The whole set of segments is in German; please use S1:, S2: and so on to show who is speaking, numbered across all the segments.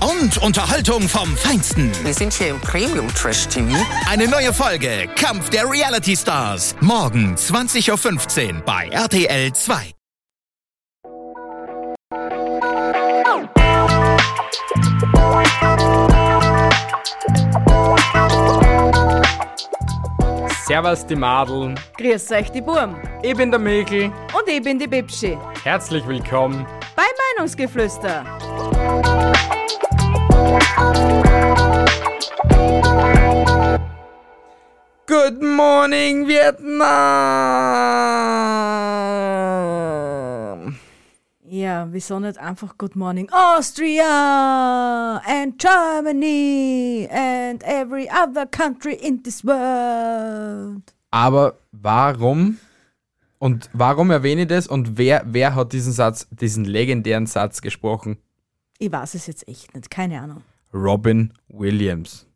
S1: und Unterhaltung vom Feinsten.
S2: Wir sind hier im Premium Trash TV.
S1: Eine neue Folge Kampf der Reality Stars. Morgen 20.15 Uhr bei RTL 2.
S3: Servus die Madeln,
S4: Grüß euch die Burm
S3: ich bin der Mikl,
S4: und ich bin die Bibschi
S3: herzlich willkommen.
S4: bei Meinungsgeflüster.
S3: Good morning Vietnam!
S4: Ja, wieso nicht einfach Good Morning Austria and Germany and every other country in this world?
S3: Aber warum und warum erwähne ich das und wer, wer hat diesen Satz, diesen legendären Satz gesprochen?
S4: Ich weiß es jetzt echt nicht, keine Ahnung.
S3: Robin Williams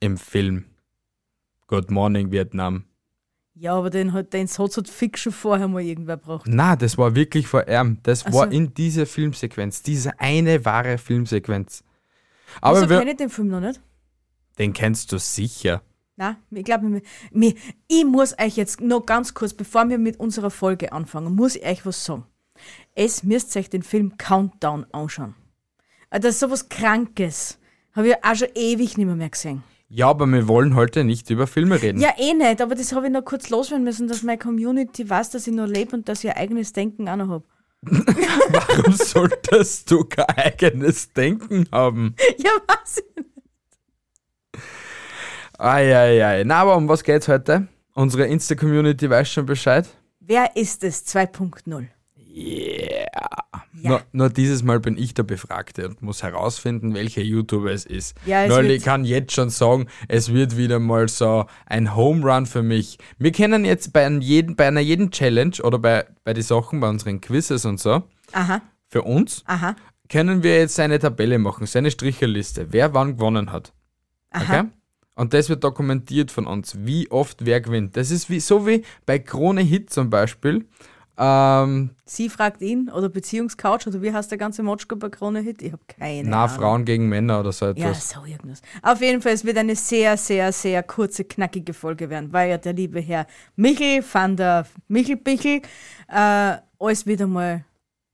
S3: im Film Good Morning Vietnam.
S4: Ja, aber den hat den Satz hat fix schon vorher mal irgendwer braucht.
S3: Na, das war wirklich vor ihm. Das
S4: Ach
S3: war
S4: so.
S3: in dieser Filmsequenz, diese eine wahre Filmsequenz.
S4: Aber
S3: Aber
S4: Wieso
S3: wir,
S4: kenne ich den Film noch nicht?
S3: den kennst du sicher.
S4: Na, ich glaube, ich muss euch jetzt noch ganz kurz, bevor wir mit unserer Folge anfangen, muss ich euch was sagen. Es müsst euch den Film Countdown anschauen. Äh, Das ist sowas Krankes. Habe ich auch schon ewig nicht mehr, mehr gesehen.
S3: Ja, aber wir wollen heute nicht über Filme reden.
S4: Ja, eh nicht, aber das habe ich noch kurz loswerden müssen, dass meine Community weiß, dass ich noch lebe und dass ich ein eigenes Denken auch noch habe.
S3: Warum solltest du kein eigenes Denken haben?
S4: Ja, was?
S3: Eieiei. Na, aber um was geht's heute? Unsere Insta-Community weiß schon Bescheid.
S4: Wer ist es 2.0?
S3: Nur, nur dieses Mal bin ich der Befragte und muss herausfinden, welcher YouTuber es ist.
S4: Ja, es
S3: Nur
S4: wird-
S3: ich kann jetzt schon sagen, es wird wieder mal so ein Home Run für mich. Wir kennen jetzt bei, einem jeden, bei einer jeden Challenge oder bei, bei den Sachen, bei unseren Quizzes und so,
S4: Aha,
S3: für uns,
S4: aha,
S3: können wir jetzt eine Tabelle machen, seine Stricherliste, wer wann gewonnen hat.
S4: aha.
S3: Okay? Und das wird dokumentiert von uns, wie oft wer gewinnt. Das ist wie, so wie bei Krone Hit zum Beispiel. Ähm,
S4: Sie fragt ihn oder Beziehungscouch oder wie heißt der ganze Motschko bei Krone Hit? Ich habe keine
S3: na,
S4: Ahnung.
S3: Frauen gegen Männer oder so
S4: Ja,
S3: etwas.
S4: so irgendwas. Auf jeden Fall, es wird eine sehr, sehr, sehr kurze, knackige Folge werden, weil ja der liebe Herr Michel van der Michelbichel äh, alles wieder mal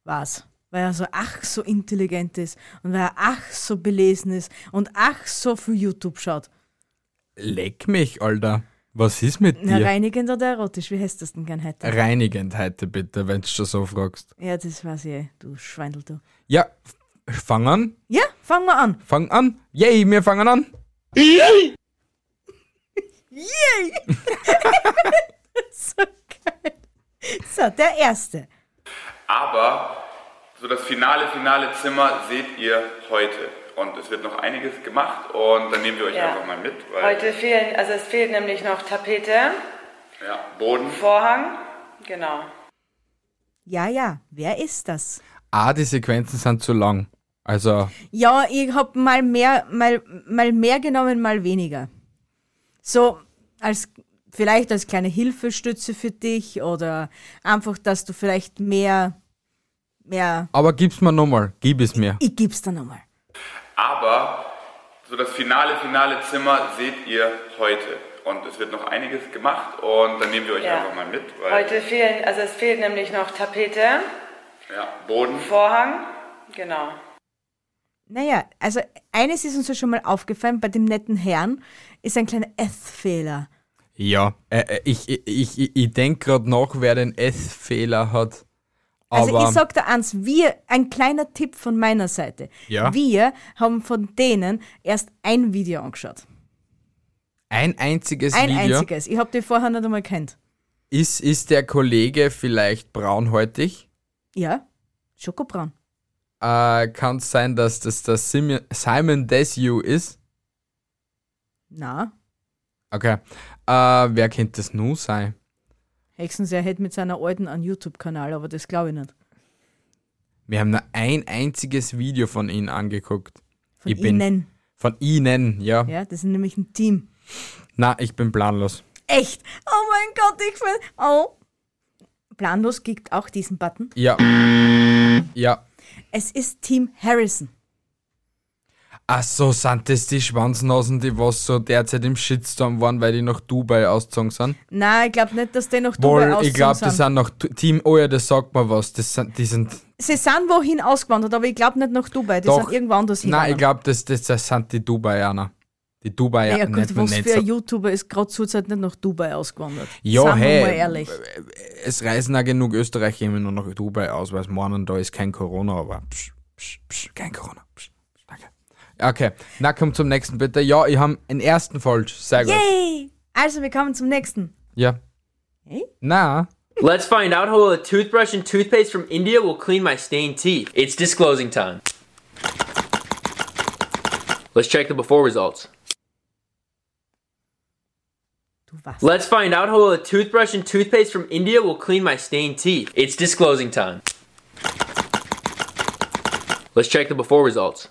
S4: was. Weil er so ach so intelligent ist und weil er ach so belesen ist und ach so viel YouTube schaut.
S3: Leck mich, Alter. Was ist mit
S4: Na,
S3: dir?
S4: reinigend oder erotisch, wie heißt das denn gern heute?
S3: Reinigend heute bitte, wenn du schon so fragst.
S4: ja, das weiß ich, eh, du Schweindel, du.
S3: Ja, f- fang an,
S4: Ja, fangen wir an.
S3: fang an. Yay, wir fangen an.
S4: So geil. So, der erste.
S5: Aber so das finale, finale Zimmer seht ihr heute. Und es wird noch einiges gemacht und dann nehmen wir euch
S6: Ja.
S5: einfach mal mit. Weil,
S6: Heute fehlen, also es fehlt nämlich noch Tapete,
S5: Ja, Boden.
S6: Vorhang, genau.
S4: Ja, ja, wer ist das?
S3: Ah, die Sequenzen sind zu lang. Also,
S4: Ja, ich hab mal mehr, mal, mal mehr genommen, mal weniger. So, als, vielleicht als kleine Hilfestütze für dich oder einfach, dass du vielleicht mehr, mehr,
S3: aber gib's mir nochmal, gib es mir.
S4: ich gib's dir nochmal.
S5: Aber so das finale, finale Zimmer seht ihr heute. Und es wird noch einiges gemacht und dann nehmen wir euch
S6: Ja.
S5: einfach mal mit. Weil,
S6: Heute fehlen, also es fehlt nämlich noch Tapete,
S5: Ja, Boden.
S6: Vorhang, genau.
S4: Naja, also eines ist uns ja schon mal aufgefallen, bei dem netten Herrn ist ein kleiner S-Fehler.
S3: Ja, äh, äh, ich, ich, ich, ich, ich denke gerade nach, wer den S-Fehler hat.
S4: Also
S3: Aber
S4: ich sag dir eins, wir, ein kleiner Tipp von meiner Seite.
S3: Ja.
S4: Wir haben von denen erst ein Video angeschaut.
S3: ein einziges
S4: Ein
S3: Video.
S4: einziges. Ich hab die vorher nicht einmal kennt.
S3: Ist, ist der Kollege vielleicht braunhäutig?
S4: Ja, Schokobraun.
S3: Ah, Äh, Kann es sein, dass das der Simi- Simon Desue ist?
S4: Na,
S3: Okay. Äh, wer könnte das nun sein?
S4: Hexenseher hätte mit seiner alten einen YouTube-Kanal, aber das glaube ich nicht.
S3: Wir haben nur ein einziges Video von ihnen angeguckt.
S4: Von
S3: Ich bin-
S4: ihnen.
S3: Von ihnen, ja.
S4: Ja, das sind nämlich ein Team.
S3: Na, ich bin planlos.
S4: Echt? Oh mein Gott, ich will. Oh. Planlos gibt auch diesen Button.
S3: Ja. Ja.
S4: Es ist Team Harrison.
S3: Ach so, sind das die Schwanznasen, die was so derzeit im Shitstorm waren, weil die nach Dubai ausgezogen sind?
S4: Nein, ich glaube nicht, dass die noch
S3: Wohl,
S4: Dubai
S3: ich glaube,
S4: ausgezogen
S3: die sind nach Du- Team, oh ja, das sagt mir was. Das sind, die sind,
S4: Sie sind wohin ausgewandert, aber ich glaube nicht nach Dubai. Die
S3: Doch.
S4: sind irgendwo anders hin.
S3: nein, ich glaube, das, das, das sind die Dubaianer. Die Dubaianer.
S4: Ja, gut,
S3: nennt man
S4: was
S3: nicht
S4: für
S3: so.
S4: ein YouTuber ist gerade zurzeit nicht nach Dubai ausgewandert?
S3: Ja,
S4: Seien
S3: hey.
S4: wir mal ehrlich.
S3: Es reisen auch genug Österreicher immer nur nach Dubai aus, weil es meinen, da ist kein Corona, aber psch, psch, psch, kein Corona. Psch, psch, danke. Okay, na komm zum nächsten bitte. Ja, ich habe einen ersten falsch. Sehr gut.
S4: Yay! Also, wir kommen zum nächsten.
S3: Ja. Na,
S7: Let's find out how a toothbrush and toothpaste from India will clean my stained teeth. It's disclosing time. Let's check the before results.
S4: Du was?
S7: Let's find out how a toothbrush and toothpaste from India will clean my stained teeth. It's disclosing time. Let's check the before results.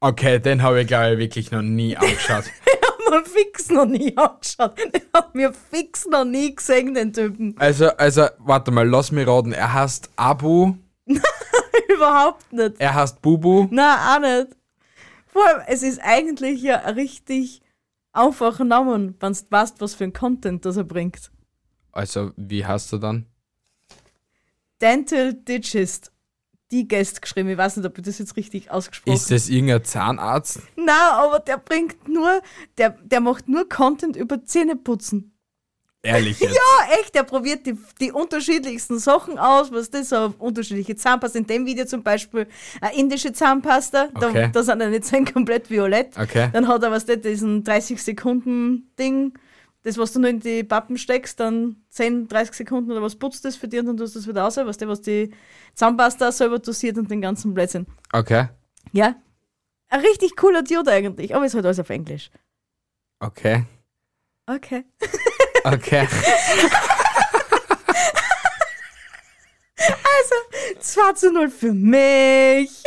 S3: okay, den habe ich glaube ich wirklich noch nie angeschaut.
S4: haben wir fix noch nie angeschaut. Den haben wir fix noch nie gesehen, den Typen.
S3: Also, also, warte mal, lass mich raten. Er heißt Abu,
S4: Überhaupt nicht.
S3: er heißt Bubu.
S4: Na, auch nicht. Vor allem, es ist eigentlich ja ein richtig einfacher Name, wenn du weißt, was für ein Content das er bringt.
S3: Also, wie heißt er dann?
S4: Dental Digist. Die Guest geschrieben. Ich weiß nicht, ob ich das jetzt richtig ausgesprochen
S3: Ist das irgendein Zahnarzt?
S4: Na, aber der bringt nur, der, der macht nur Content über Zähneputzen.
S3: Ehrlich jetzt.
S4: Ja, echt, der probiert die, die unterschiedlichsten Sachen aus, was das so unterschiedliche Zahnpasta. In dem Video zum Beispiel eine indische Zahnpasta,
S3: Okay.
S4: da, da sind die Zähne komplett violett.
S3: Okay.
S4: Dann hat er was das, diesen 30-Sekunden-Ding, das, was du nur in die Pappen steckst, dann 10, 30 Sekunden oder was putzt das für dich und dann tust du das wieder raus, was das, was die Zahnpasta selber dosiert und den ganzen Blödsinn.
S3: Okay,
S4: Ja. Ein richtig cooler Dude eigentlich, aber ist halt alles auf Englisch.
S3: okay,
S4: Okay.
S3: okay.
S4: Also, 2 zu 0 für mich.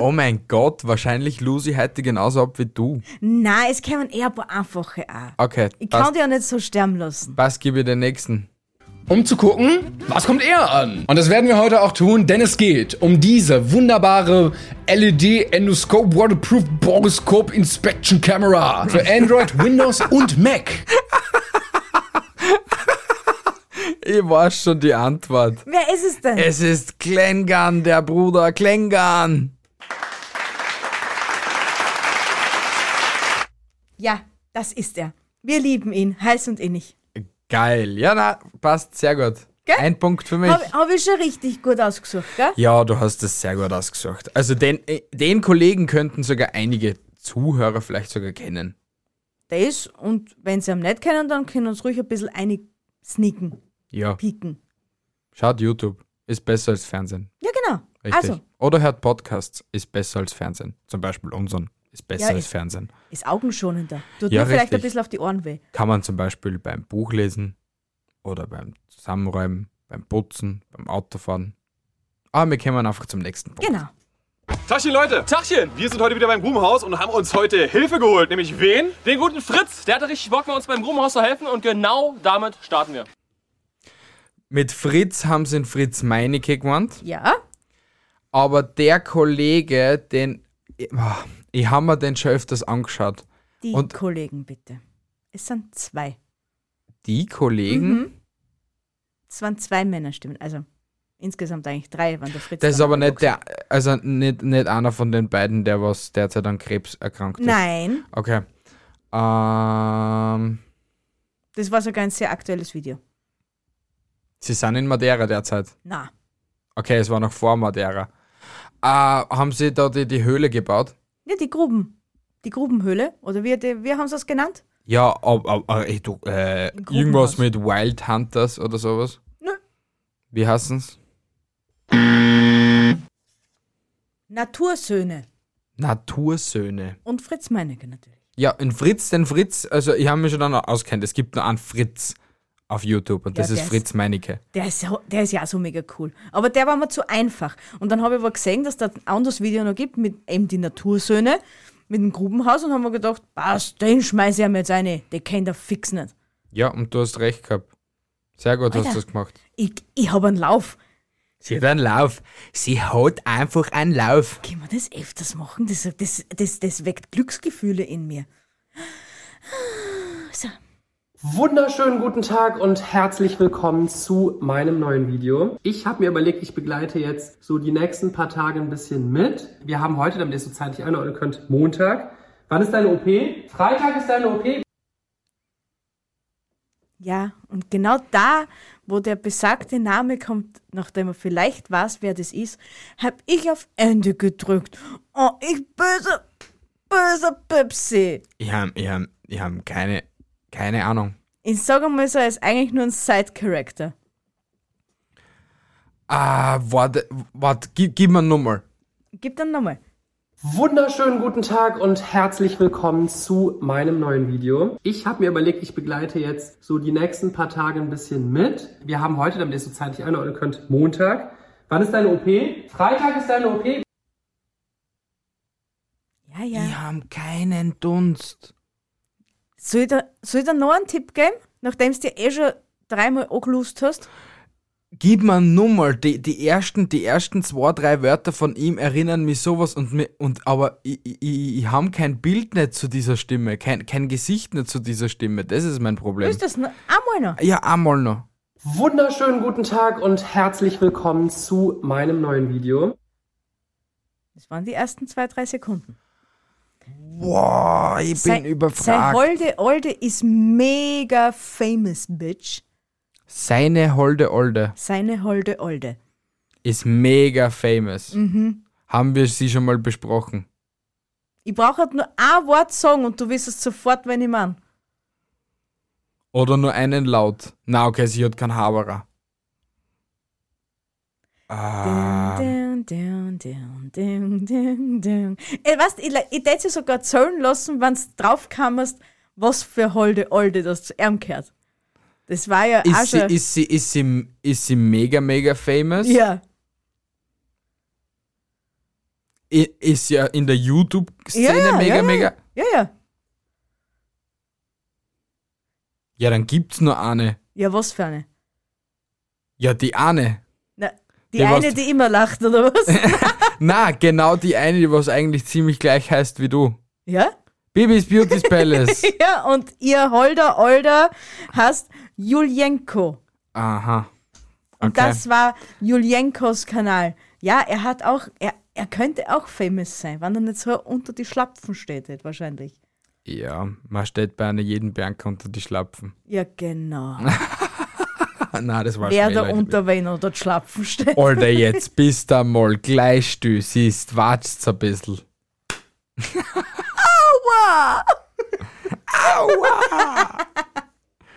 S3: Oh mein Gott, wahrscheinlich Lucy heute genauso ab wie du.
S4: Nein, es kämen eher ein paar einfache auch.
S3: Okay,
S4: Ich kann
S3: passt,
S4: die ja nicht so sterben lassen.
S3: passt, gib ihr den nächsten.
S8: um zu gucken, was kommt eher an. Und das werden wir heute auch tun, denn es geht um diese wunderbare LED Endoscope Waterproof Boroscope Inspection Camera für Android, Windows und Mac.
S3: Ich weiß schon die Antwort.
S4: Wer ist es denn?
S3: Es ist Klengan, der Bruder Klengan.
S4: ja, das ist er. Wir lieben ihn, heiß und innig.
S3: Geil. Ja, na, passt sehr gut.
S4: Gell?
S3: Ein Punkt für mich.
S4: Habe hab ich schon richtig gut ausgesucht, gell?
S3: Ja, du hast das sehr gut ausgesucht. Also den, äh, den Kollegen könnten sogar einige Zuhörer vielleicht sogar kennen.
S4: Das und wenn sie ihn nicht kennen, dann können uns ruhig ein bisschen einig sneaken,
S3: Ja,
S4: pieken.
S3: schaut YouTube. Ist besser als Fernsehen.
S4: Ja, genau.
S3: Richtig.
S4: Also,
S3: Oder hört Podcasts. Ist besser als Fernsehen. Zum Beispiel unseren. Ist besser
S4: Ja,
S3: als
S4: ist-
S3: Fernsehen.
S4: ist augenschonender. Tut
S3: Ja,
S4: mir vielleicht ein
S3: richtig.
S4: bisschen auf die Ohren weh.
S3: Kann man zum Beispiel beim Buch lesen oder beim Zusammenräumen, beim Putzen, beim Autofahren. Aber wir kommen einfach zum nächsten Punkt.
S4: Genau.
S9: Tachchen, Leute! Tachchen! Wir sind heute wieder beim Grubenhaus und haben uns heute Hilfe geholt. Nämlich wen?
S7: Den guten Fritz, der hatte richtig Bock, mir uns beim Grubenhaus zu helfen und genau damit starten wir.
S3: Mit Fritz haben sie den Fritz Meinecke gewandt.
S4: Ja,
S3: Aber der Kollege, den. Ich, ah, ich habe mir den schon öfters angeschaut.
S4: die
S3: Und-
S4: Kollegen bitte. Es sind zwei.
S3: Die Kollegen,
S4: Mhm. Es waren zwei Männerstimmen. Also insgesamt eigentlich drei, waren der Fritz.
S3: das ist
S4: dann
S3: aber nicht
S4: abgewachsen.
S3: der, also nicht, nicht einer von den beiden, der was derzeit an Krebs erkrankt ist.
S4: Nein,
S3: Okay. Ähm,
S4: das war sogar ein sehr aktuelles Video.
S3: sie sind in Madeira derzeit.
S4: Na,
S3: Okay, es war noch vor Madeira. Äh, haben sie da die, die Höhle gebaut?
S4: ja, die Gruben. Die Grubenhöhle, oder wie, die, wie haben sie das genannt?
S3: Ja, aber, aber ey, du, äh,
S4: Grubenhaus.
S3: irgendwas mit Wild Hunters oder sowas?
S4: Nö.
S3: Wie heißen's?
S4: Natursöhne
S3: Natursöhne.
S4: und Fritz Meinecke natürlich.
S3: Ja, ein Fritz, den Fritz, also ich habe mich schon dann auskennt. Es gibt nur einen Fritz auf YouTube und
S4: Ja,
S3: das
S4: der
S3: ist
S4: ist-
S3: Fritz Meinecke.
S4: Der ist, ja- der ist ja so mega cool. Aber der war mir zu einfach. Und dann habe ich aber gesehen, dass da ein anderes Video noch gibt mit eben die Natursöhne, mit dem Grubenhaus und haben wir gedacht, passt, den schmeiße ich ihm jetzt eine. Den kennt er fix nicht.
S3: Ja, und du hast recht gehabt. Sehr gut hast
S4: Alter.
S3: du das gemacht.
S4: Ich, ich habe einen Lauf.
S3: Sie hat einen Lauf. Sie hat einfach einen Lauf.
S4: Können wir das öfters machen? Das, das, das, das weckt Glücksgefühle in mir. So.
S10: Wunderschönen guten Tag und herzlich willkommen zu meinem neuen Video. Ich habe mir überlegt, ich begleite jetzt so die nächsten paar Tage ein bisschen mit. Wir haben heute, damit ihr es so zeitlich einordnen könnt, Montag. Wann ist deine OP? Freitag ist deine OP.
S4: Ja, und genau da, wo der besagte Name kommt, nachdem er vielleicht weiß, wer das ist, hab ich auf Ende gedrückt. Oh, ich böse, böse Pepsi.
S3: Ich habe ich hab, ich hab keine, keine Ahnung.
S4: Ich sage mal so, er ist eigentlich nur ein Side-Character.
S3: Ah, warte, warte, gib, gib mir nochmal.
S4: Gib dann nochmal.
S10: Wunderschönen guten Tag und herzlich willkommen zu meinem neuen Video. Ich habe mir überlegt, ich begleite jetzt so die nächsten paar Tage ein bisschen mit. Wir haben heute, damit ihr es so zeitlich einordnen könnt, Montag. Wann ist deine OP? Freitag ist deine OP.
S4: Ja, ja.
S3: Die haben keinen Dunst.
S4: Soll ich, da, soll ich da noch einen Tipp geben, nachdem du dir eh schon dreimal angelust hast?
S3: Gib mir nochmal. Die, die, ersten, die ersten zwei, drei Wörter von ihm erinnern mich sowas und, mi- und aber ich, ich, ich, ich habe kein Bild nicht zu dieser Stimme, kein, kein Gesicht nicht zu dieser Stimme. Das ist mein Problem.
S4: Ist das noch? einmal noch?
S3: Ja, einmal noch.
S10: Wunderschönen guten Tag und herzlich willkommen zu meinem neuen Video.
S4: Das waren die ersten zwei, drei Sekunden.
S3: Boah, ich bin
S4: Sei- Sei
S3: überfragt.
S4: holde, holde ist mega famous, bitch.
S3: Seine Holde Olde
S4: Seine holde, olde.
S3: ist mega famous.
S4: Mhm.
S3: Haben wir sie schon mal besprochen?
S4: Ich brauche halt nur ein Wort sagen und du wirst es sofort, wenn ich mein.
S3: Oder nur einen Laut? Na, okay, sie hat keinen Haberer. Ah.
S4: Ding, ding, ding, ding, ding, ding. Ey, Äh, weißt, ich, le- ich hätte sogar zählen lassen, wenn du draufkammerst, was für holde Olde das zu ihm gehört. Das war ja auch
S3: Ist sie,
S4: schon.
S3: ist, sie, ist, sie, ist sie mega, mega famous?
S4: ja,
S3: I- Ist sie in der YouTube-Szene
S4: ja, ja,
S3: mega,
S4: ja,
S3: mega?
S4: Ja, ja.
S3: Ja, dann gibt's nur eine.
S4: Ja, was für eine?
S3: Ja, die eine.
S4: Na, die
S3: Die
S4: eine,
S3: was-
S4: die immer lacht, oder was?
S3: Na, genau die eine, die was eigentlich ziemlich gleich heißt wie du.
S4: ja?
S3: Bibis Beauty's Palace.
S4: ja, und ihr holder Older heißt Julienko.
S3: Aha.
S4: Und das war Julienkos Kanal. Ja, er hat auch, er, er könnte auch famous sein, wenn er nicht so unter die Schlapfen steht, halt wahrscheinlich.
S3: Ja, man steht bei einer jeden Bianca unter die Schlapfen.
S4: Ja, genau.
S3: Na, das war
S4: Wer
S3: schneller.
S4: da unter wen oder die Schlapfen steht.
S3: Alter, jetzt bist du mal gleich du, siehst, wartest ein bisschen.
S4: Aua!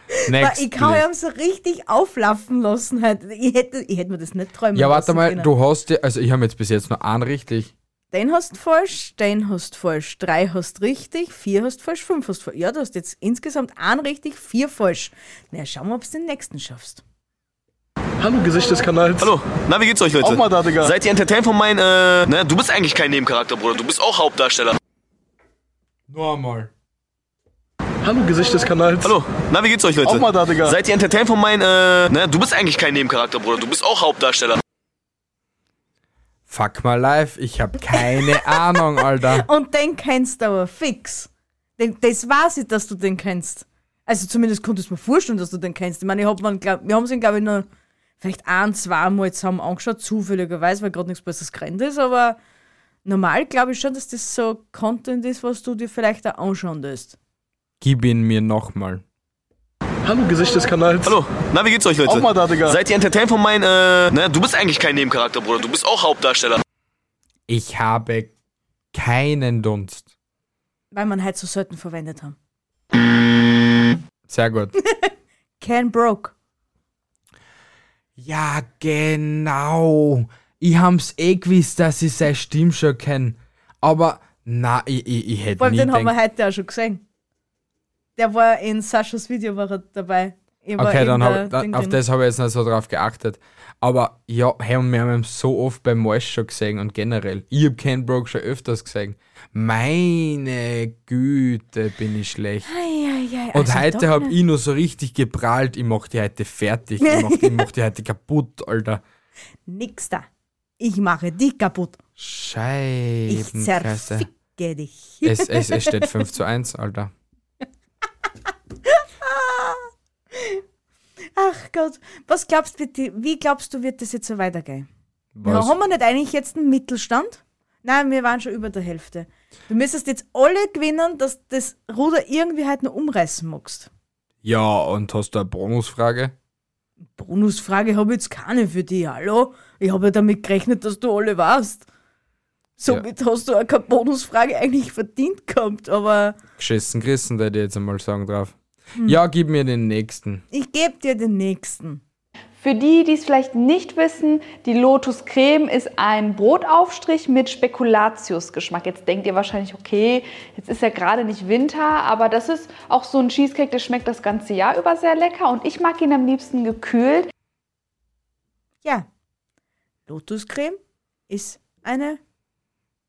S4: Weil
S3: Next,
S4: ich kann
S3: please.
S4: ihm so richtig auflaufen lassen halt. Ich hätte, ich hätte mir das nicht träumen
S3: Ja, warte
S4: lassen
S3: mal,
S4: können.
S3: du hast ja, also ich habe jetzt bis jetzt nur einen richtig.
S4: Den hast falsch, den hast falsch, drei hast richtig, vier hast falsch, fünf hast falsch. Ja, du hast jetzt insgesamt einen richtig, vier falsch. Na, schauen wir, ob du den nächsten schaffst.
S11: Hallo Gesicht des Kanals. Hallo. Na, wie geht's euch, Leute?
S12: Auch mal da, Digga.
S11: Seid ihr entertained von meinen, äh, ne, du bist eigentlich kein Nebencharakter, Bruder. Du bist auch Hauptdarsteller.
S3: Nur einmal.
S11: Hallo Gesicht des Kanals. Hallo. Na, wie geht's euch, Leute?
S12: Auch mal da, Digga.
S11: Seid ihr entertained von meinen, äh, ne, du bist eigentlich kein Nebencharakter, Bruder. Du bist auch Hauptdarsteller.
S3: Fuck my life, ich habe keine Ahnung, Alter.
S4: Und den kennst du aber fix. Den, das weiß ich, dass du den kennst. Also zumindest konntest du mir vorstellen, dass du den kennst. Ich meine, ich hab man, glaub, wir haben ihn, glaube ich, noch vielleicht ein, zwei Mal zusammen angeschaut, zufälligerweise, weil gerade nichts Besseres gerannt ist, aber normal glaube ich schon, dass das so Content ist, was du dir vielleicht auch anschauen wirst.
S3: Gib ihn mir nochmal.
S11: Hallo Gesicht des Kanals. Hallo. Na, wie geht's euch, Leute?
S12: Auch mal da, Digga.
S11: Seid ihr entertained von meinen, äh, ne, du bist eigentlich kein Nebencharakter, Bruder. Du bist auch Hauptdarsteller.
S3: Ich habe keinen Dunst.
S4: Weil man halt so selten verwendet haben.
S3: Sehr gut.
S4: Ken Broke.
S3: Ja, genau. ich hab's eh gewusst, dass ich seine Stimme schon kenne. Aber na, ich, ich, ich hätte
S4: Vor allem,
S3: nie
S4: den haben wir
S3: gedacht.
S4: heute auch schon gesehen. Der war in Saschas Video war er dabei. Ich war
S3: Okay,
S4: in
S3: dann
S4: der
S3: hab, dann,
S4: Ding
S3: auf
S4: drin.
S3: das habe ich jetzt nicht so drauf geachtet. Aber ja, hey, und wir haben ihn so oft beim Marsch schon gesehen und generell. Ich habe Ken Brock schon öfters gesehen. Meine Güte, bin ich schlecht.
S4: Eieiei,
S3: Und
S4: also
S3: heute
S4: Ah, doch
S3: hab
S4: nicht.
S3: ich noch so richtig geprahlt, ich mach die heute fertig, ich mach, ich mach die heute kaputt, Alter.
S4: Nix da. Ich mache dich kaputt. Ich
S3: Scheibenkreise.
S4: zerficke dich.
S3: Es, es, es steht 5 zu 1, Alter.
S4: Ah. Ach Gott, was glaubst bitte, wie glaubst du, wird das jetzt so weitergehen?
S3: Was?
S4: Na, haben wir nicht eigentlich jetzt einen Mittelstand? Nein, wir waren schon über der Hälfte. Du müsstest jetzt alle gewinnen, dass das Ruder irgendwie halt noch umreißen magst.
S3: Ja, und hast du eine Bonusfrage?
S4: Bonusfrage habe ich jetzt keine für dich, hallo? Ich habe ja damit gerechnet, dass du alle warst. Somit hast du auch keine Bonusfrage eigentlich verdient gehabt, aber
S3: Geschissen gerissen, da ich jetzt einmal sagen drauf.
S4: Hm.
S3: Ja, gib mir den nächsten.
S4: ich gebe dir den nächsten.
S12: Für die, die es vielleicht nicht wissen, die Lotus Creme ist ein Brotaufstrich mit Spekulatius-Geschmack. Jetzt denkt ihr wahrscheinlich, okay, jetzt ist ja gerade nicht Winter, aber das ist auch so ein Cheesecake, der schmeckt das ganze Jahr über sehr lecker und ich mag ihn am liebsten gekühlt.
S4: Ja, Lotuscreme ist eine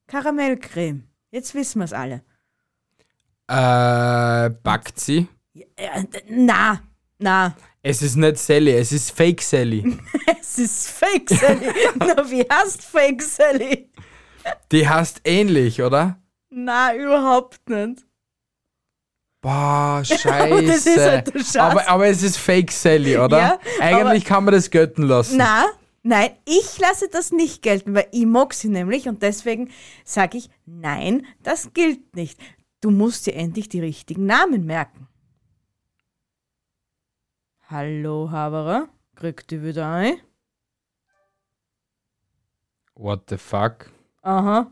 S4: Karamellcreme. Jetzt wissen wir es alle.
S3: Äh, backt sie?
S4: Äh, d- na, na,
S3: Es ist nicht Sally, es ist Fake Sally.
S4: es ist Fake Sally. na, wie heißt Fake Sally?
S3: Die heißt ähnlich, oder?
S4: Na, überhaupt nicht.
S3: Boah,
S4: das ist
S3: scheiße.
S4: halt der Schatz.
S3: aber, aber es ist Fake Sally, oder?
S4: Ja,
S3: Eigentlich
S4: aber-
S3: kann man das götten lassen.
S4: Na, nein, ich lasse das nicht gelten, weil ich mag sie nämlich und deswegen sage ich, nein, das gilt nicht. Du musst dir endlich die richtigen Namen merken. Hallo, Haberer, kriegt die wieder ein?
S3: What the fuck?
S4: Aha.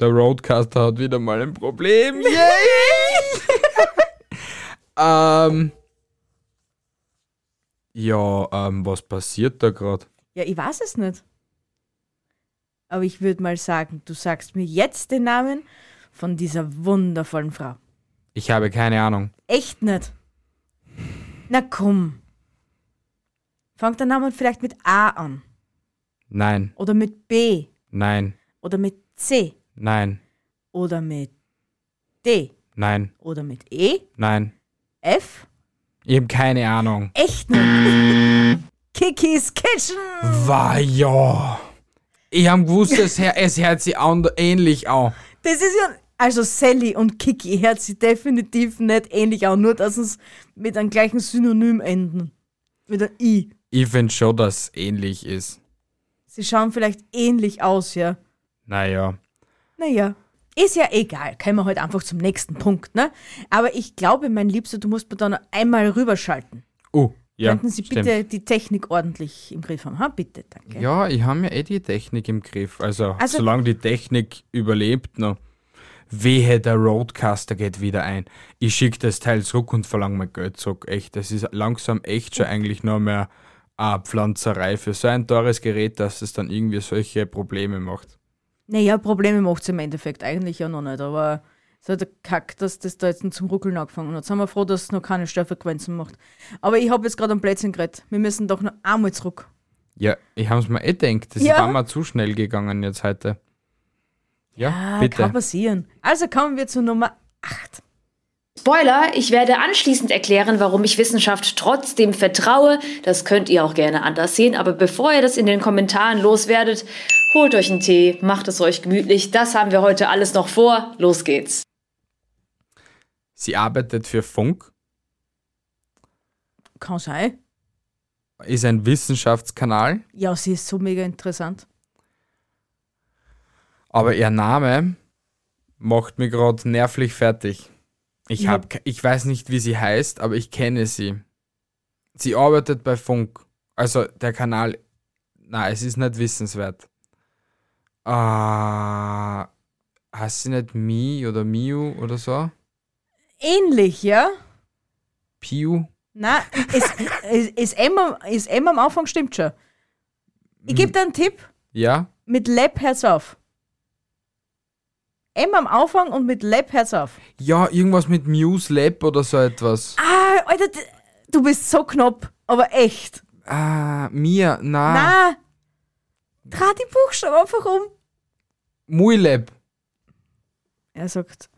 S3: Der Roadcaster hat wieder mal ein Problem. ähm. Ja, ähm, was passiert da gerade?
S4: Ja, ich weiß es nicht. Aber ich würde mal sagen, du sagst mir jetzt den Namen von dieser wundervollen Frau.
S3: Ich habe keine Ahnung.
S4: Echt nicht. Na komm. Fangt der Name vielleicht mit A an.
S3: Nein,
S4: Oder mit B.
S3: nein,
S4: Oder mit C.
S3: nein,
S4: Oder mit D.
S3: nein,
S4: Oder mit E.
S3: nein.
S4: F.
S3: Ich habe keine Ahnung.
S4: Echt nicht. Kikis Kitchen.
S3: War ja. Ich habe gewusst, es, hör- es hört sich an, ähnlich an.
S4: Das ist ja. Also Sally und Kiki hört sich definitiv nicht ähnlich an, nur dass es mit einem gleichen Synonym enden. Mit einem I.
S3: Ich finde schon, dass es ähnlich ist.
S4: Sie schauen vielleicht ähnlich aus, ja.
S3: Naja.
S4: Naja. Ist ja egal, können wir heute halt einfach zum nächsten Punkt, ne? Aber ich glaube, mein Liebster, du musst mir da noch einmal rüberschalten.
S3: Oh, ja.
S4: Könnten Sie
S3: stimmt.
S4: bitte die Technik ordentlich im Griff haben? Ha, bitte, danke.
S3: Ja, ich habe ja eh die Technik im Griff. Also,
S4: Also-
S3: solange die Technik überlebt noch. Wehe, der Roadcaster geht wieder ein. Ich schicke das Teil zurück und verlange mein Geld zurück. Echt, das ist langsam echt schon eigentlich nur mehr eine Pflanzerei für so ein teures Gerät, dass es dann irgendwie solche Probleme macht.
S4: Naja, Probleme macht es im Endeffekt eigentlich ja noch nicht, aber es hat der Kack, dass das da jetzt noch zum Ruckeln angefangen hat. Sind wir froh, dass es noch keine Störfrequenzen macht. Aber ich habe jetzt gerade am Plätzchen geredet. Wir müssen doch noch einmal zurück.
S3: Ja, ich habe es mir eh gedacht. Das
S4: Ja.
S3: war mal zu schnell gegangen jetzt heute. Ja,
S4: Ah,
S3: bitte.
S4: Kann passieren. Also kommen wir zu Nummer.
S13: Spoiler, ich werde anschließend erklären, warum ich Wissenschaft trotzdem vertraue. Das könnt ihr auch gerne anders sehen, aber bevor ihr das in den Kommentaren loswerdet, holt euch einen Tee, macht es euch gemütlich. Das haben wir heute alles noch vor. Los geht's.
S3: Sie arbeitet für Funk,
S4: Kann sein.
S3: ist ein Wissenschaftskanal.
S4: Ja, sie ist so mega interessant.
S3: Aber ihr Name macht mich gerade nervlich fertig. Ich,
S4: Ja.
S3: hab, ke- ich weiß nicht, wie sie heißt, aber ich kenne sie. Sie arbeitet bei Funk. Also der Kanal. Na, es ist nicht wissenswert. Ah. heißt sie nicht Mi oder Miu oder so?
S4: Ähnlich, ja?
S3: Piu?
S4: Na, ist, ist, ist, M, am- ist M am Anfang stimmt schon. Ich gebe dir einen Tipp.
S3: Ja?
S4: Mit Lab Herz auf. M am Anfang und mit Lab Herz auf.
S3: Ja, irgendwas mit Muse Lab oder so etwas.
S4: Ah, Alter, d- du bist so knapp, aber echt.
S3: Ah, mir, na.
S4: Na, dreh die Buchstaben einfach um.
S3: Mui Lab.
S4: Er sagt,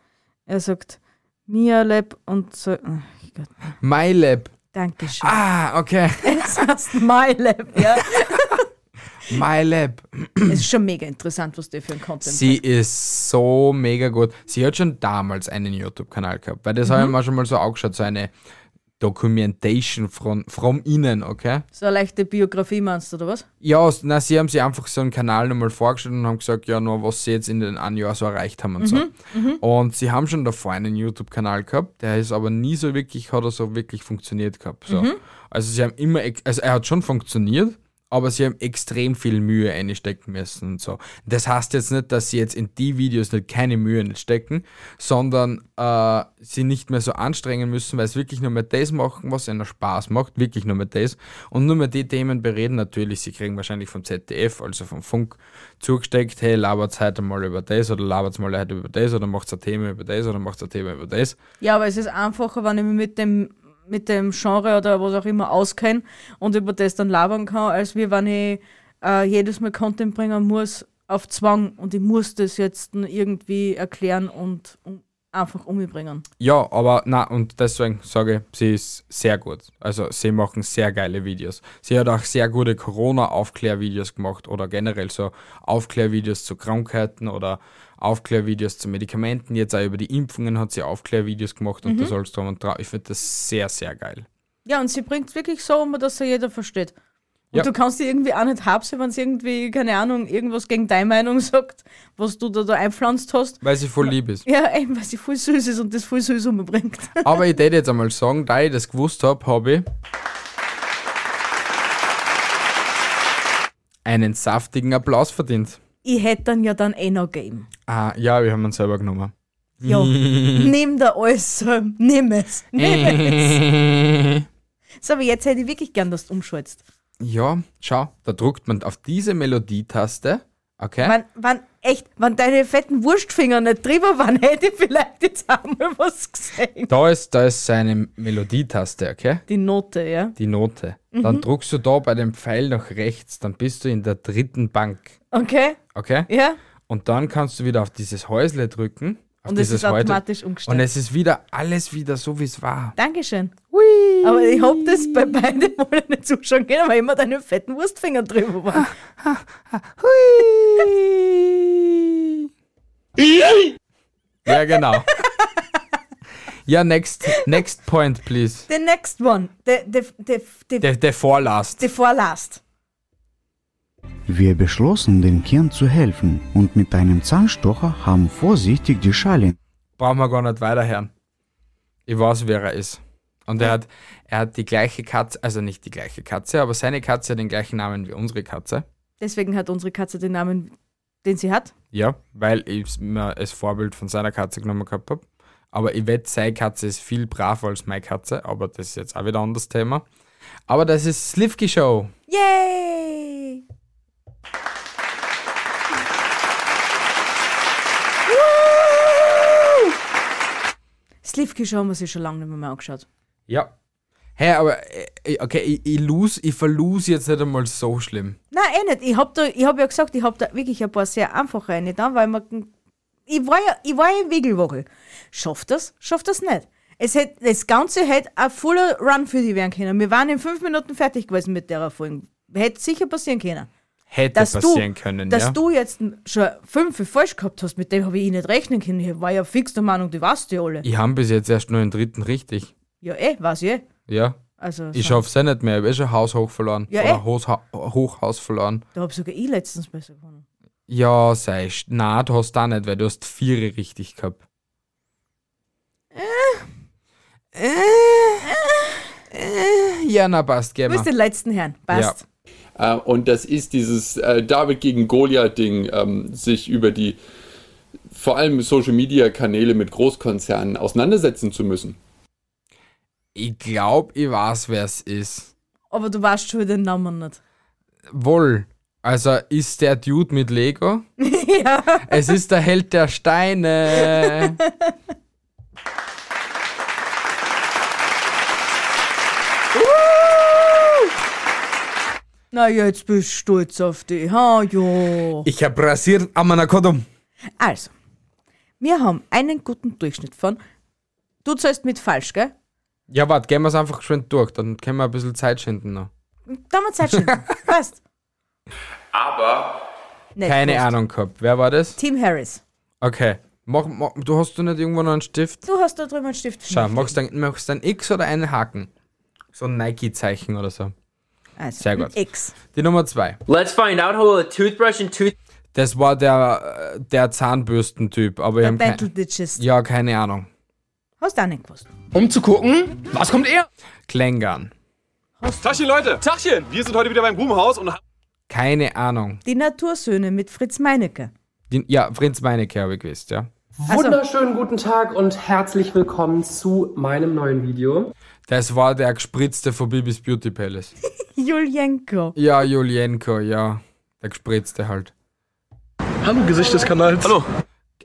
S4: er sagt, Mia Lab und so. Ah, Ach Gott,
S3: My Lab.
S4: Dankeschön.
S3: Ah, okay.
S4: Es heißt My Lab, ja.
S3: My Lab.
S4: es ist schon mega interessant, was der für ein Content
S3: Sie ist so mega gut. Sie hat schon damals einen YouTube-Kanal gehabt, weil das habe ich
S4: Mhm.
S3: mir schon mal so angeschaut, so eine Documentation von from innen, okay?
S4: So eine leichte Biografie meinst du, oder was?
S3: Ja, s- na, sie haben sich einfach so einen Kanal nochmal vorgestellt und haben gesagt, ja, nur was sie jetzt in den einen Jahr so erreicht haben und so.
S4: Mhm, mhm.
S3: Und sie haben schon davor einen YouTube-Kanal gehabt, der ist aber nie so wirklich, hat er so wirklich funktioniert gehabt. So.
S4: Mhm.
S3: Also sie haben immer, ex- also er hat schon funktioniert, aber sie haben extrem viel Mühe einstecken müssen und so. Das heißt jetzt nicht, dass sie jetzt in die Videos nicht keine Mühe nicht stecken, sondern äh, sie nicht mehr so anstrengen müssen, weil sie wirklich nur mehr das machen, was ihnen Spaß macht, wirklich nur mehr das. Und nur mehr die Themen bereden natürlich, sie kriegen wahrscheinlich vom ZDF, also vom Funk, zugesteckt, hey, labert heute mal über das oder labert mal heute über das oder macht ein Thema über das oder macht ein Thema über das.
S4: Ja, aber es ist einfacher, wenn ich mich mit dem, mit dem Genre oder was auch immer auskenne und über das dann labern kann, als wie wenn ich äh, jedes Mal Content bringen muss auf Zwang und ich muss das jetzt n- irgendwie erklären und um, einfach umbringen.
S3: Ja, aber na und deswegen sage ich, sie ist sehr gut. Also sie machen sehr geile Videos. Sie hat auch sehr gute Corona-Aufklärvideos gemacht oder generell so Aufklärvideos zu Krankheiten oder Aufklärvideos zu Medikamenten. Jetzt auch über die Impfungen hat sie Aufklärvideos gemacht und
S4: Mhm.
S3: da sollst du und drauf. Ich finde das sehr, sehr geil.
S4: Ja, und sie bringt es wirklich so um, dass er jeder versteht. Und
S3: Ja.
S4: du kannst die irgendwie auch nicht habsen, wenn sie irgendwie, keine Ahnung, irgendwas gegen deine Meinung sagt, was du da, da einpflanzt hast.
S3: Weil sie voll lieb ist.
S4: Ja, eben, weil sie voll süß ist und das voll süß umbringt.
S3: Aber ich würde jetzt einmal sagen, da ich das gewusst habe, habe ich einen saftigen Applaus verdient.
S4: Ich hätte dann ja dann eh noch gegeben.
S3: Ah, ja, wir haben ihn selber genommen.
S4: Ja, nimm da alles, ähm, nimm es, nimm es. so, aber jetzt hätte ich wirklich gern, dass du umschaltest.
S3: ja, schau, da drückt man auf diese Melodietaste. Okay.
S4: Wann, wann, echt, wenn deine fetten Wurstfinger nicht drüber waren, hätte ich vielleicht jetzt einmal was gesehen.
S3: da ist, da ist seine Melodietaste, okay?
S4: Die Note, ja.
S3: Die Note. Dann
S4: Mhm.
S3: drückst du da bei dem Pfeil nach rechts, dann bist du in der dritten Bank,
S4: Okay?
S3: okay?
S4: Ja.
S3: Und dann kannst du wieder auf dieses Häusle drücken. Auf
S4: Und es
S3: dieses
S4: ist automatisch
S3: Häusle.
S4: umgestellt.
S3: Und es ist wieder alles wieder so, wie es war.
S4: Dankeschön. Aber ich hab das bei beiden Malen nicht zuschauen können, weil immer deine fetten Wurstfinger drüber waren.
S3: Ah. Ja, genau. ja, next, next point, please.
S4: The next one. The, the, the, the,
S3: Der, der Vorlast.
S4: the vorlast.
S14: Wir beschlossen, den Kindern zu helfen und mit einem Zahnstocher haben vorsichtig die Schale
S3: Brauchen wir gar nicht weiterhören. Ich weiß, wer er ist. Und er hat, er hat die gleiche Katze, also nicht die gleiche Katze, aber seine Katze hat den gleichen Namen wie unsere Katze.
S4: Deswegen hat unsere Katze den Namen, den sie hat.
S3: Ja, weil ich mir als Vorbild von seiner Katze genommen gehabt habe. Aber ich wette, seine Katze ist viel braver als meine Katze, aber das ist jetzt auch wieder ein anderes Thema. Aber das ist Slivki Show.
S4: Yay! Slivki Show haben wir sich schon lange nicht mehr, mehr angeschaut.
S3: Ja. Hä, hey, aber äh, okay, ich, ich, lose, ich verlose jetzt nicht einmal so schlimm.
S4: Nein, eh nicht. Ich habe da, ich hab ja gesagt, ich habe da wirklich ein paar sehr einfache eine da, weil man. Ich war ja, ich war ja im Wickelwoche. Schafft das? Schafft das nicht? Es hätt, das Ganze hätte ein voller Run für die werden können. Wir waren in fünf Minuten fertig gewesen mit der Folge. Hätte sicher passieren können.
S3: Hätte
S4: dass
S3: passieren
S4: du,
S3: können,
S4: Dass
S3: ja.
S4: du jetzt schon fünf falsch gehabt hast, mit dem habe ich nicht rechnen können. Ich war ja fix der Meinung, die weißt ja alle.
S3: Ich habe bis jetzt erst nur den dritten richtig.
S4: Ja, eh, weiß ich eh.
S3: Ja.
S4: Also,
S3: ich
S4: so.
S3: schaff's eh nicht mehr. Ich habe eh schon Haus hoch verloren.
S4: Ja, eh.
S3: Oder Haus, ha Hochhaus verloren.
S4: Da habe sogar ich letztens besser gewonnen.
S3: Ja, sei sch- Na, du hast da nicht, weil du hast vier richtig gehabt.
S4: Äh, äh.
S3: Ja, na passt,
S4: Du
S3: gehen
S4: bist den
S3: wir.
S4: letzten Herrn. Passt.
S15: Äh, und das ist dieses äh, David gegen Goliath-Ding, ähm, sich über die vor allem Social-Media-Kanäle mit Großkonzernen auseinandersetzen zu müssen.
S3: Ich glaub, ich weiß, wer es ist.
S4: Aber du weißt schon den Namen nicht.
S3: Wohl. Also ist der Dude mit Lego?
S4: ja.
S3: Es ist der Held der Steine.
S4: Na, jetzt bist du stolz auf dich, ha, jo.
S3: ich hab rasiert am Anakodum.
S4: Also, wir haben einen guten Durchschnitt von. Du zahlst mit falsch, gell?
S3: Ja, warte, gehen wir es einfach geschwind durch, dann können wir ein bisschen Zeit schinden noch.
S4: Da haben wir Zeit schon. halt Passt.
S5: Aber
S4: Nicht
S3: Keine
S4: gewusst.
S3: Ahnung gehabt. Wer war das?
S4: Tim Harris.
S3: Okay. Mach, mach, du hast du nicht irgendwo noch einen Stift?
S4: Du hast da drüben einen Stift.
S3: Schau, machst du ein, machst du ein X oder einen Haken? So ein Nike-Zeichen oder so.
S4: Also,
S3: Sehr gut.
S4: X.
S3: Die Nummer zwei.
S7: Let's find out how a toothbrush and tooth.
S3: Das war der, äh, der Zahnbürstentyp, aber wir
S4: Der
S3: haben
S4: Battle
S3: kein,
S4: Ditches.
S3: Ja, keine Ahnung.
S4: Hast du auch nicht gewusst.
S8: Um zu gucken, was kommt er?
S3: Klängern.
S9: Tachchen, Leute. Tachchen, wir sind heute wieder beim Boomhaus und haben
S3: Keine Ahnung.
S4: Die Natursöhne mit Fritz Meinecke.
S3: Die, ja, Prinz Meinecke habe ich gewusst, ja.
S10: Wunderschönen guten Tag und herzlich willkommen zu meinem neuen Video.
S3: Das war der gespritzte von Bibis Beauty Palace.
S4: Julienko.
S3: ja, Julienko, ja. Der gespritzte halt.
S4: Hallo, Gesicht des
S3: Kanals. Hallo.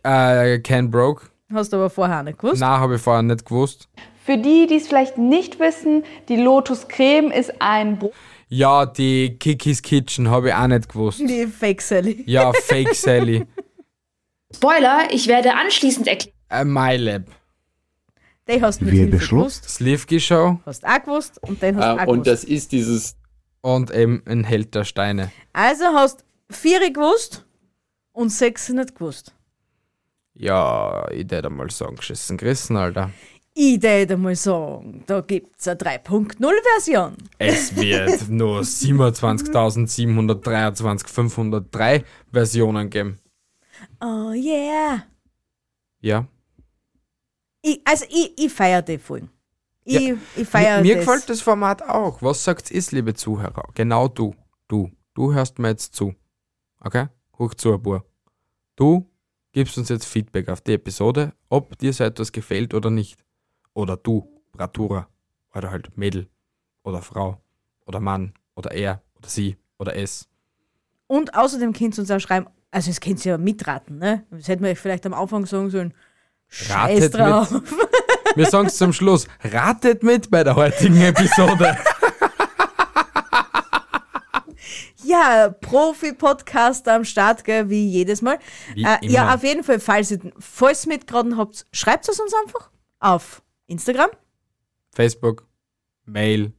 S3: Äh, Ken Broke.
S4: Hast du aber vorher auch nicht gewusst.
S3: Na, habe ich vorher nicht gewusst.
S12: Für die, die es vielleicht nicht wissen, die Lotus Creme ist ein Brot.
S3: Ja, die Kikis Kitchen habe ich auch nicht gewusst.
S4: Die Fake Sally.
S3: Ja, Fake Sally.
S13: Spoiler, ich werde anschließend erklären.
S3: Äh, MyLab.
S4: Den hast du mit
S3: Wir
S4: Hilfe
S3: beschlossen. Slivki Show.
S4: Hast du auch gewusst und den hast du auch gewusst.
S3: Ah, das ist dieses. Und eben ein Held der Steine.
S4: Also hast vier gewusst und sechs nicht gewusst.
S3: Ja, ich hätte mal sagen, geschissen gerissen, Alter.
S4: Ich würde mal sagen, da gibt's eine 3.0-Version.
S3: Es wird nur 27.723.503 Versionen geben.
S4: Oh yeah.
S3: Ja.
S4: Ich, also ich, ich feiere die voll. Ich,
S3: Ja.
S4: ich feiere
S3: Mir, mir
S4: das.
S3: gefällt das Format auch. Was sagt ihr, liebe Zuhörer? Genau du. Du. Du hörst mir jetzt zu. Okay? Hoch zu, Bur. Du gibst uns jetzt Feedback auf die Episode, ob dir so etwas gefällt oder nicht. Oder du, Bratura. Oder halt Mädel. Oder Frau. Oder Mann. Oder er. Oder sie. Oder es.
S4: Und außerdem könnt ihr uns auch schreiben, also es könnt ihr ja mitraten, ne? Das hätten wir euch vielleicht am Anfang sagen sollen.
S3: Ratet
S4: Scheiß drauf.
S3: mit. Wir sagen es zum Schluss. Ratet mit bei der heutigen Episode.
S4: Ja, Profi-Podcast am Start, gell, wie jedes Mal.
S3: Wie
S4: äh, Ja,
S3: immer.
S4: auf jeden Fall, falls ihr falls ihr mitgeraten habt, schreibt es uns einfach auf Instagram.
S3: Facebook, Mail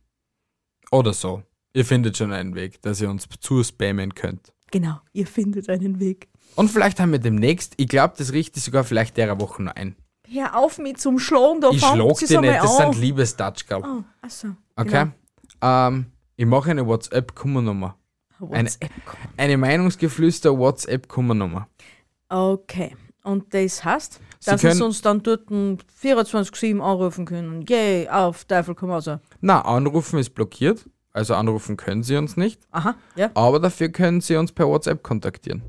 S3: oder so. Ihr findet schon einen Weg, dass ihr uns zuspammen könnt.
S4: Genau, ihr findet einen Weg.
S3: Und vielleicht haben wir demnächst, ich glaube, das riecht sich sogar vielleicht derer Woche noch ein.
S4: Hör auf mit zum Schlagen, da
S3: ich
S4: fangt
S3: schlag
S4: sie
S3: dir
S4: einmal
S3: nicht, das
S4: an.
S3: sind Liebestouchgirl.
S4: Oh, achso.
S3: Okay?
S4: Genau.
S3: Ähm, ich mache eine WhatsApp-Kummernummer. Eine,
S4: Genau. WhatsApp.
S3: eine Meinungsgeflüster-WhatsApp-Kummernummer.
S4: Okay, und das heißt,
S3: Sie
S4: dass wir
S3: können-
S4: uns dann dort 24-7 anrufen können. Yay, auf Teufel komm raus.
S3: Na, anrufen ist blockiert. Also anrufen können Sie uns nicht.
S4: Aha, ja.
S3: Aber dafür können Sie uns per WhatsApp kontaktieren.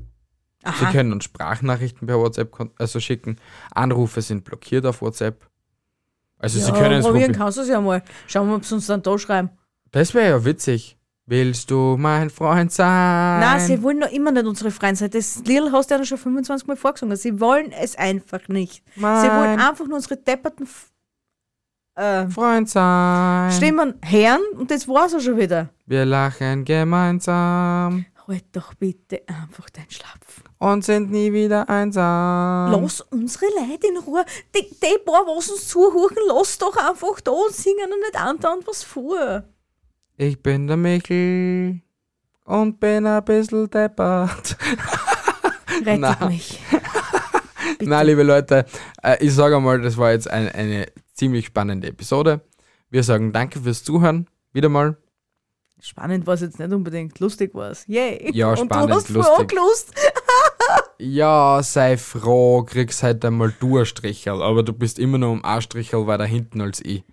S4: Aha.
S3: Sie können uns Sprachnachrichten per WhatsApp kon- also schicken. Anrufe sind blockiert auf WhatsApp. Also Sie
S4: ja,
S3: können es
S4: probieren
S3: probieren.
S4: kannst du es ja mal. Schauen wir, ob sie uns dann da schreiben.
S3: Das wäre ja witzig. Willst du mein Freund sein?
S4: Nein, sie wollen noch immer nicht unsere Freunde sein. Das Lil hast du ja schon 25 Mal vorgesungen. Sie wollen es einfach nicht. Sie wollen
S3: Mein-
S4: einfach nur unsere depperten F äh,
S3: Freund sein.
S4: Stimmen hören und das war's auch schon wieder.
S3: Wir lachen gemeinsam
S4: Halt doch bitte einfach deinen Schlapf.
S3: und sind nie wieder einsam.
S4: Lass unsere Leute in Ruhe. Die, die paar, was uns zuhören, lass doch einfach da und singen und nicht andauernd was vor.
S3: Ich bin der Michel und bin ein bisschen deppert.
S4: Rettet
S3: Na.
S4: mich.
S3: Na, liebe Leute, äh, ich sage mal, das war jetzt ein, eine ziemlich spannende Episode. Wir sagen danke fürs Zuhören. Wieder mal.
S4: Spannend war es jetzt nicht unbedingt, lustig war es. Yay.
S3: Ja,
S4: Und du
S3: spannend,
S4: hast voll
S3: lustig.
S4: angelost.
S3: Ja, sei froh, kriegst halt einmal du ein Strichel, aber du bist immer noch um ein Strichel weiter hinten als ich.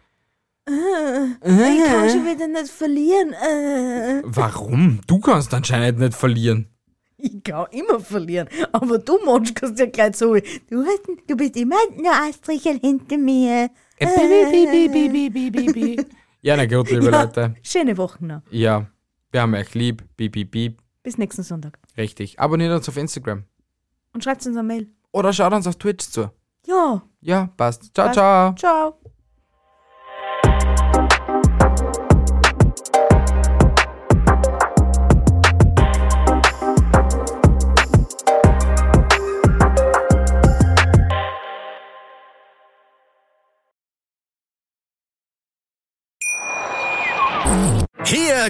S4: Ah, Ich kann schon wieder nicht verlieren. Ah.
S3: Warum? Du kannst anscheinend nicht verlieren.
S4: Ich kann immer verlieren. Aber du, Mensch, kannst ja gleich so. Du, hast, du bist immer nur ein Strichel hinter mir.
S3: Äh, Ja, na gut, liebe
S4: Ja.
S3: Leute.
S4: Schöne Woche noch.
S3: Ja, wir haben euch lieb. Piep, piep, piep.
S4: Bis nächsten Sonntag.
S16: Richtig. Abonniert uns auf Instagram.
S4: Und schreibt uns eine Mail.
S16: Oder schaut uns auf Twitch zu.
S4: Ja.
S16: Ja, passt. Ciao,
S4: Passt.
S16: ciao.
S4: Ciao.
S1: Hier